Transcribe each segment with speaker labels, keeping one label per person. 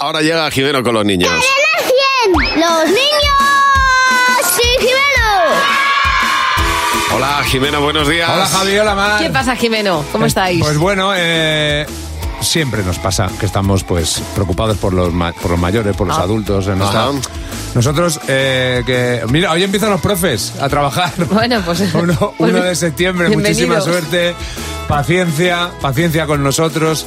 Speaker 1: Ahora llega Jimeno con los niños.
Speaker 2: ¡Los niños! ¡Sí,
Speaker 1: Hola, Jimeno, buenos días.
Speaker 3: Hola Javi, hola Mar.
Speaker 4: ¿Qué pasa, Jimeno? ¿Cómo estáis?
Speaker 3: Pues bueno, eh, siempre nos pasa que estamos pues preocupados por los, ma- por los mayores, por los
Speaker 4: Ah.
Speaker 3: adultos. en nuestra-
Speaker 1: Ajá.
Speaker 3: Nosotros, eh, que... Mira, hoy empiezan los profes a trabajar.
Speaker 4: Bueno, pues-
Speaker 3: Uno,
Speaker 4: pues
Speaker 3: uno de septiembre, muchísima
Speaker 4: bienvenidos.
Speaker 3: suerte, paciencia, paciencia con nosotros.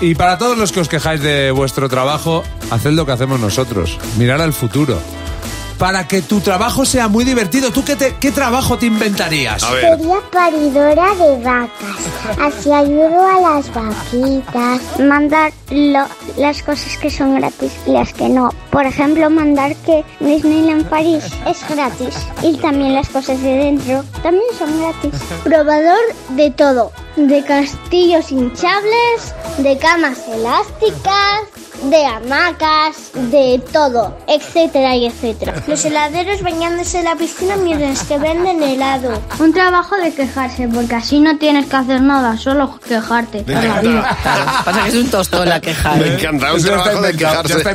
Speaker 3: Y para todos los que os quejáis de vuestro trabajo, haced lo que hacemos nosotros, mirar al futuro. Para que tu trabajo sea muy divertido, ¿tú qué, te- qué trabajo te inventarías?
Speaker 1: A ver,
Speaker 2: Sería paridora de vacas. Así ayudo a las vaquitas. Mandar lo- las cosas que son gratis y las que no. Por ejemplo, mandar que Disneyland París es gratis. Y también las cosas de dentro también son gratis. Probador de todo. De castillos hinchables, de camas elásticas, de hamacas, de todo, etcétera y etcétera. Los heladeros bañándose en la piscina mientras que venden helado.
Speaker 5: Un trabajo de quejarse, porque así no tienes que hacer nada, solo quejarte.
Speaker 1: me encanta,
Speaker 4: Claro, pasa que es un tostón la queja.
Speaker 1: me
Speaker 4: ¿eh?
Speaker 1: encanta un
Speaker 3: Eso ya está
Speaker 1: trabajo de
Speaker 3: inventado, ya está
Speaker 1: quejarse.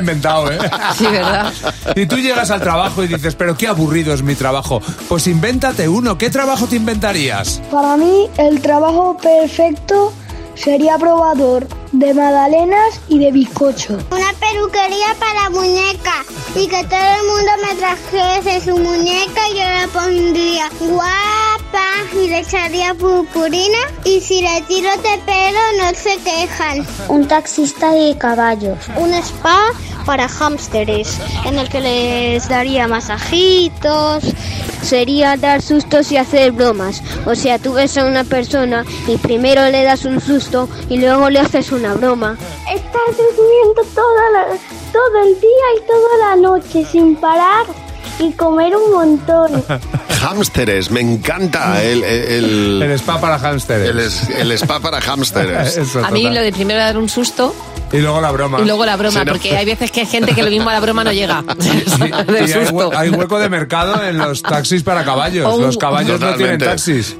Speaker 3: inventado, ¿eh?
Speaker 4: Sí, ¿verdad?
Speaker 3: Y tú llegas al trabajo y dices, pero qué aburrido es mi trabajo. Pues invéntate uno, ¿qué trabajo te inventarías?
Speaker 6: Para mí el trabajo perfecto sería probador de magdalenas y de bizcocho.
Speaker 2: Una peluquería para muñeca y que todo el mundo me trajese su muñeca y yo la pondría guapa y le echaría purpurina y si le tiro de pelo no se quejan.
Speaker 5: Un taxista de caballos.
Speaker 2: Un spa para hámsteres en el que les daría masajitos.
Speaker 7: sería dar sustos y hacer bromas. O sea, tú ves a una persona y primero le das un susto y luego le haces una broma.
Speaker 2: Estar durmiendo toda la- todo el día y toda la noche sin parar y comer un montón.
Speaker 1: Hámsteres, me encanta el, el,
Speaker 3: El
Speaker 1: el,
Speaker 3: spa para hámsteres. Eh,
Speaker 1: el es- el spa para hámsteres.
Speaker 3: Eso,
Speaker 4: A mí
Speaker 3: total. Ah,
Speaker 4: lo de primero dar un susto
Speaker 3: Y luego la broma.
Speaker 4: y luego la broma,
Speaker 1: Sí, no.
Speaker 4: porque hay veces que hay gente que lo mismo a la broma no llega.
Speaker 3: Y
Speaker 4: Del
Speaker 3: hay, hue-
Speaker 4: susto.
Speaker 3: hay hueco de mercado en los taxis para caballos.
Speaker 4: Oh,
Speaker 3: los caballos no tienen
Speaker 1: Totalmente.
Speaker 3: taxis.